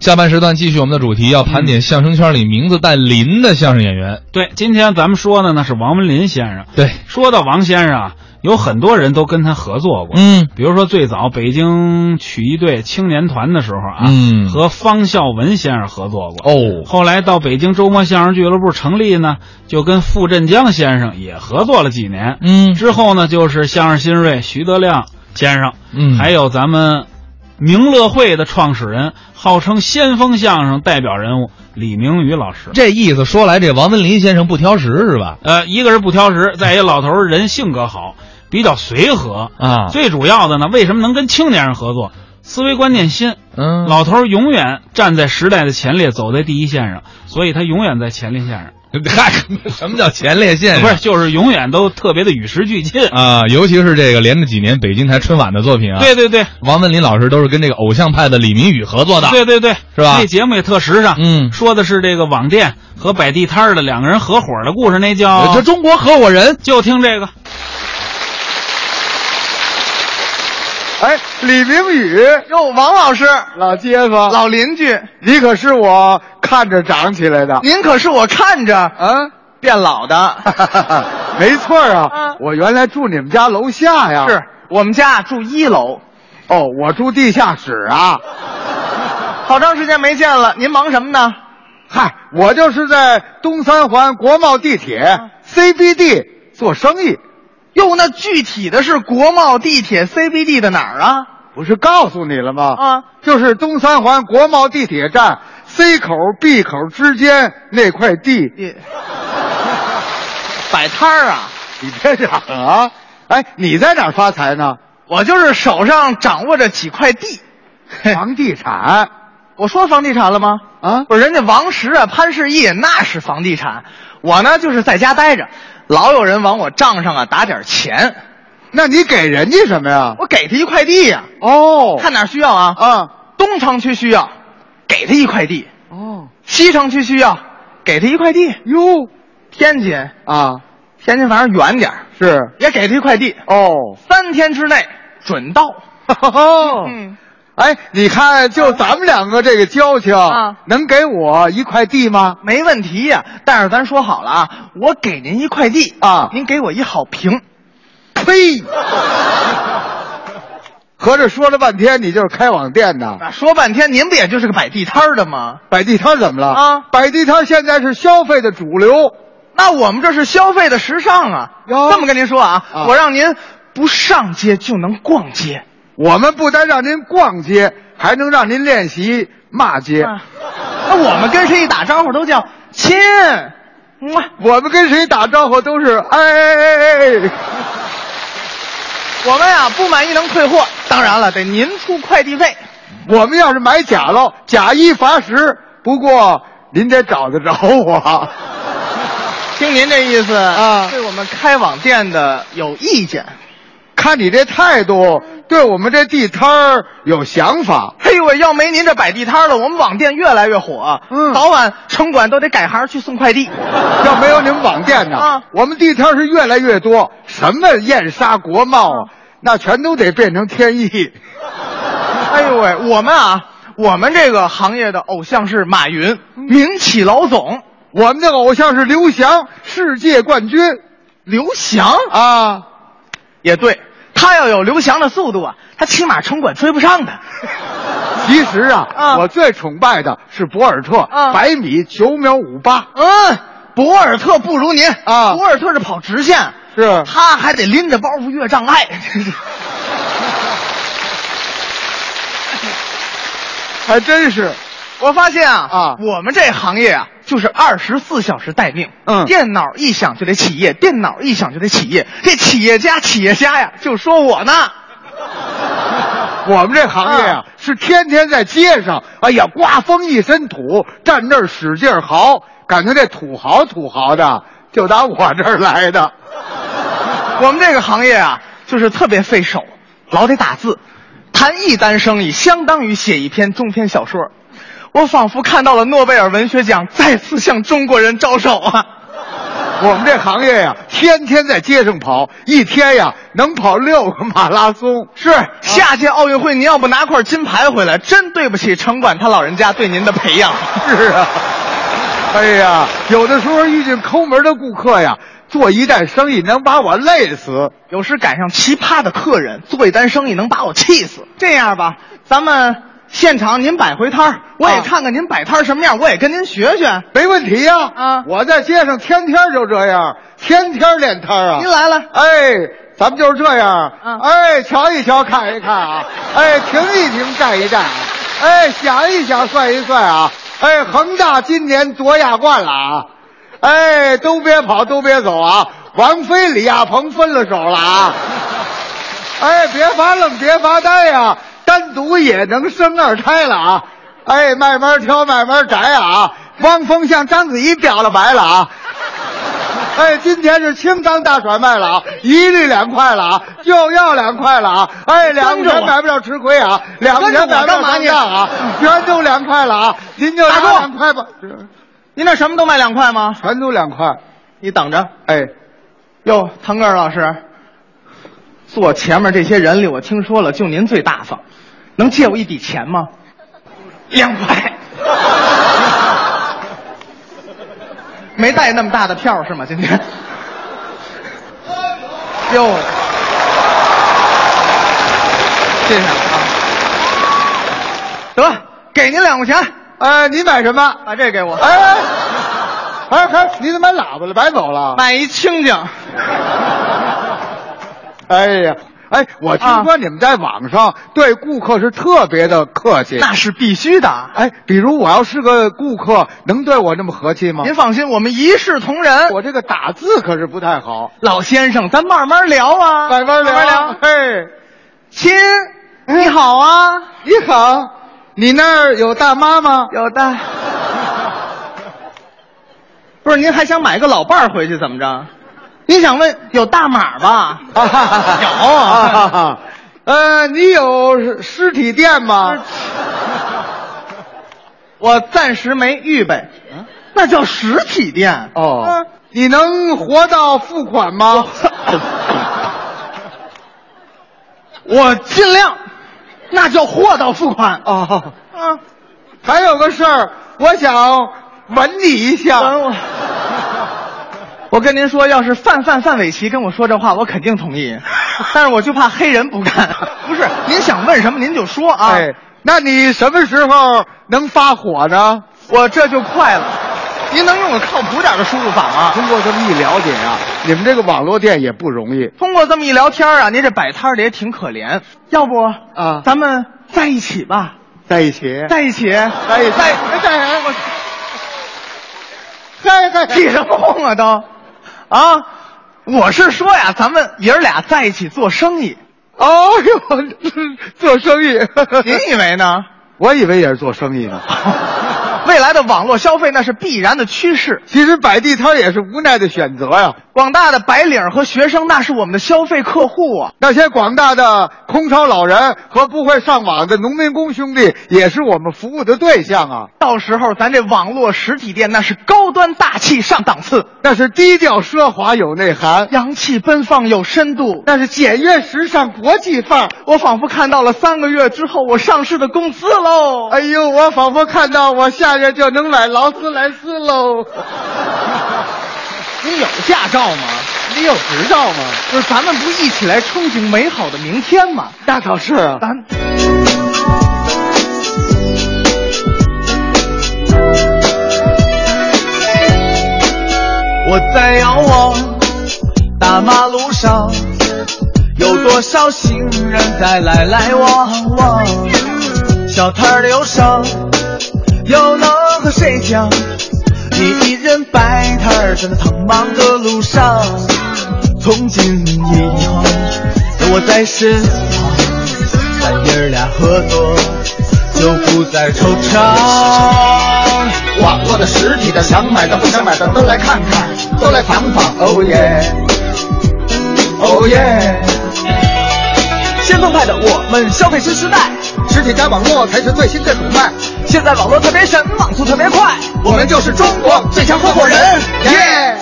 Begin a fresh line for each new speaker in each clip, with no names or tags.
下半时段继续我们的主题，要盘点相声圈里名字带“林”的相声演员。
对，今天咱们说的呢是王文林先生。
对，
说到王先生啊，有很多人都跟他合作过，
嗯
比如说最早北京曲艺队青年团的时候啊，
嗯，
和方孝文先生合作过。
哦，
后来到北京周末相声俱乐部成立呢，就跟傅振江先生也合作了几年。
嗯
之后呢，就是相声新锐徐德亮先生，
嗯，
还有咱们明乐会的创始人，号称先锋相声代表人物李明宇老师。
这意思说来，这王文林先生不挑食是吧？
呃，一个是不挑
嗯
食，再一个老头儿人性格好，比较随和。
啊，
最主要的呢，为什么能跟青年人合作？思维观念新，
嗯，
老头儿永远站在时代的前列，走在第一线上，所以他永远在前列线上，
嗨，什么叫前列腺？
不是，就是永远都特别的与时俱进。
哎啊，尤其是这个连着几年北京台春晚的作品啊，
对，对对，
王文林老师都是跟这个偶像派的李明宇合作的，
对对对，
是吧
那节目也特时尚，
嗯，
说的是这个网店和摆地摊儿的两个人合伙的故事，那叫
这中国合伙人，
就听这个。
哎，李明宇，
哟，王老师，
老街坊，
老邻居，
你可是我看着长起来的，
您可是我看着
啊，
变老的。
没错啊，
啊
我原来住你们家楼下呀，
是，我们家住一楼，
哦，我住地下室啊，
好长时间没见了，您忙什么呢？
嗨，我就是在东三环国贸地铁、CBD 做生意，
嗯哟，那具体的是国贸地铁 CBD 的哪儿啊？
不是告诉你了吗？
啊，
就是东三环国贸地铁站 C 口 B 口之间那块地，
也摆摊儿啊，
你 别嚷啊，哎，你在哪儿发财呢？
我就是手上掌握着几块地。嘿
房地产
我说房地产了吗？
啊。
不是，人家王石啊、潘石屹那是房地产，我呢就是在家待着，老有人往我账上啊打点钱，
那你给人家什么呀？
我给他一块地呀、
哦，
看哪儿需要啊？
啊，
东城区需要，给他一块地；
哦，
西城区需要，给他一块地；
哟，
天津，
啊，
天津反正远点儿
是，
也给他一块地，
哦，
三天之内准到。
哦，
嗯，
哎，你看，就咱们两个这个交情，
啊
能给我一块地吗？
没问题呀、但是咱说好了啊，我给您一块地
啊
您给我一好评。
呸！合着说了半天，你就是开网店的，
那啊说半天，您不也就是个摆地摊儿的吗？
摆地摊怎么了？
啊
摆地摊现在是消费的主流。
那我们这是消费的时尚啊！
哟
这么跟您说啊，
啊
我让您不上街就能逛街。
我们不单让您逛街，还能让您练习骂街。
啊那我们跟谁一打招呼都叫亲，嗯哇！
我们跟谁打招呼都是哎哎哎哎。
我们呀、不满意能退货，当然了，得您出快递费。
我们要是买假喽，假一罚十。不过您得找得着我。
听您这意思
啊
对我们开网店的有意见。
看你这态度，对我们这地摊儿有想法。
嘿呦喂，要没您这摆地摊的，我们网店越来越火，
嗯
早晚城管都得改行去送快递。
要没有你们网店呢，
啊
我们地摊儿是越来越多。什么燕莎国贸啊，那全都得变成天意。
哎呦喂，我们啊，我们这个行业的偶像是马云，
嗯
名企老总
我们的偶像是刘翔，世界冠军
刘翔。
啊！
也对，他要有刘翔的速度啊，他起码城管追不上他。
其实啊，
啊
我最崇拜的是博尔特，
啊
百米九秒五八。
嗯，博尔特不如您
啊
博尔特是跑直线，
是
他还得拎着包袱越障 碍。
还真是。
我发现啊
啊
我们这行业啊，就是二十四小时待命。
嗯
电脑一响就得起夜，电脑一响就得起夜。这企业家，企业家呀，就说我呢。
我们这行业啊
啊，
是天天在街上，哎呀，刮风一身土，站那儿使劲儿嚎，感觉这土豪土豪的就打我这儿来的。
我们这个行业啊，就是特别费手，老得打字。谈一单生意，相当于写一篇中篇小说。我仿佛看到了诺贝尔文学奖再次向中国人招手啊！
我们这行业呀，天天在街上跑，一天呀能跑六个马拉松。
是下届奥运会，您要不拿块金牌回来，真对不起城管他老人家对您的培养。
是啊，哎呀，有的时候遇见抠门的顾客呀，做一单生意能把我累死。
有时赶上奇葩的客人，做一单生意能把我气死。这样吧，咱们现场您摆回摊儿，我也
啊
看看您摆摊儿什么样，我也跟您学学。
没问题呀、
啊
我在街上天天就这样，天天练摊儿啊。
您来了，
哎，咱们就是这样。
嗯
哎，瞧一瞧，看一看啊。哎，停一停，站一站啊。哎，想一想，算一算啊。哎，恒大今年夺亚冠了啊。哎，都别跑，都别走啊！王菲、李亚鹏分了手了啊！哎，别发愣，别发呆呀、单独也能生二胎了啊！哎，慢慢挑，慢慢摘啊！汪峰向章子怡表了白了啊！哎，今天是清仓大甩卖了啊，一律两块了啊，就要两块了啊！哎，两
跟着
块
我
买不了吃亏啊，两块
跟着我
买不了
干嘛
上
你
当啊，全都两块了啊！您就
打
拿
住
两块吧，
您这什么都卖两块吗？
全都两块。
你等着。
哎，
哟，腾格尔老师，坐前面这些人里，我听说了，就您最大方，能借我一笔钱 吗？两块， 没带那么大的票是吗？ 今天，哟，谢谢啊，得给您两块钱，
哎，你买什么？
把这给我，
哎，哎，还你怎么买喇叭了？白走了？
买一清净。
哎呀，哎，我听说你们在网上对顾客是特别的客气。
那是必须的。
哎，比如我要是个顾客，能对我那么和气吗？
您放心，我们一视同仁。
我这个打字可是不太好。
老先生，咱慢慢聊啊，
慢慢聊，
慢慢聊。
嘿，
亲，你好啊，
你好，你那儿有大妈 吗？
有的。 不是，您还想买个老伴儿回去怎么着？您想问有大码 吧？
哈哈哈哈
有
啊哈哈 呃，你有尸体店吗？
啊我暂时没预备。那叫实体店
哦，你能活到付款吗？
嗯我尽量，那叫货到付款。
哦，
啊，
还有个事儿，我想吻你一下。
我我跟您说，要是范范范玮琪跟我说这话，我肯定同意，但是我就怕黑人不干。不是，您想问什么您就说啊。
哎，那你什么时候能发火呢？
我这就快了。您能用个靠谱点的输入法吗？
通过这么一了解啊，你们这个网络店也不容易。
通过这么一聊天啊，您这摆摊儿的也挺可怜。要不
啊
咱们在一起吧，
在一起，
在一起，在
在一起，
在
哎在我，嘿嘿，
起什么哄啊都？啊，我是说呀，咱们爷儿俩在一起做生意，
哦呦，做 生意，
您以为呢？
我以为也是做生意呢。
未来的网络消费那是必然的趋势，
其实摆地摊也是无奈的选择呀、
广大的白领和学生那是我们的消费客户啊。
那些广大的空巢老人和不会上网的农民工兄弟，也是我们服务的对象啊。
到时候咱这网络实体店那是高端大气上档次，
那是低调奢华有内涵，
洋气奔放有深度。
那是简约时尚国际范儿。
我仿佛看到了三个月之后我上市的工资喽。
哎呦，我仿佛看到我下月就能买劳斯莱斯喽！
您有驾照吗？
你有执照吗？
就是咱们不一起来憧憬美好的明天吗？
那倒是啊。
咱哦我在遥望大马路上，有多少行人在来来往往？小摊儿柳上，又能和谁讲？你一人摆摊儿在那苍茫的路上，从今以后，有我在身旁，咱爷儿俩合作就不再惆怅。
网络的、实体的、想买的、不想买的都来看看，都来尝尝。哦耶，哦耶！
先锋派的我们消费新时代，
实体加网络才是最新的主脉，
现在网络特别神，网速特别快，
我们就是中国最强合伙人。耶！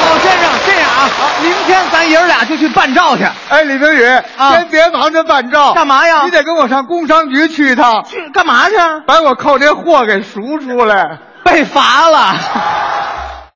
老先生，这样啊，明天咱爷儿俩就去办照去。
哎，李冰雨，先别忙着办照，
啊干嘛呀
你得跟我上工商局去一趟，啊
去干嘛去？
把我扣这货给赎出来。
被罚了。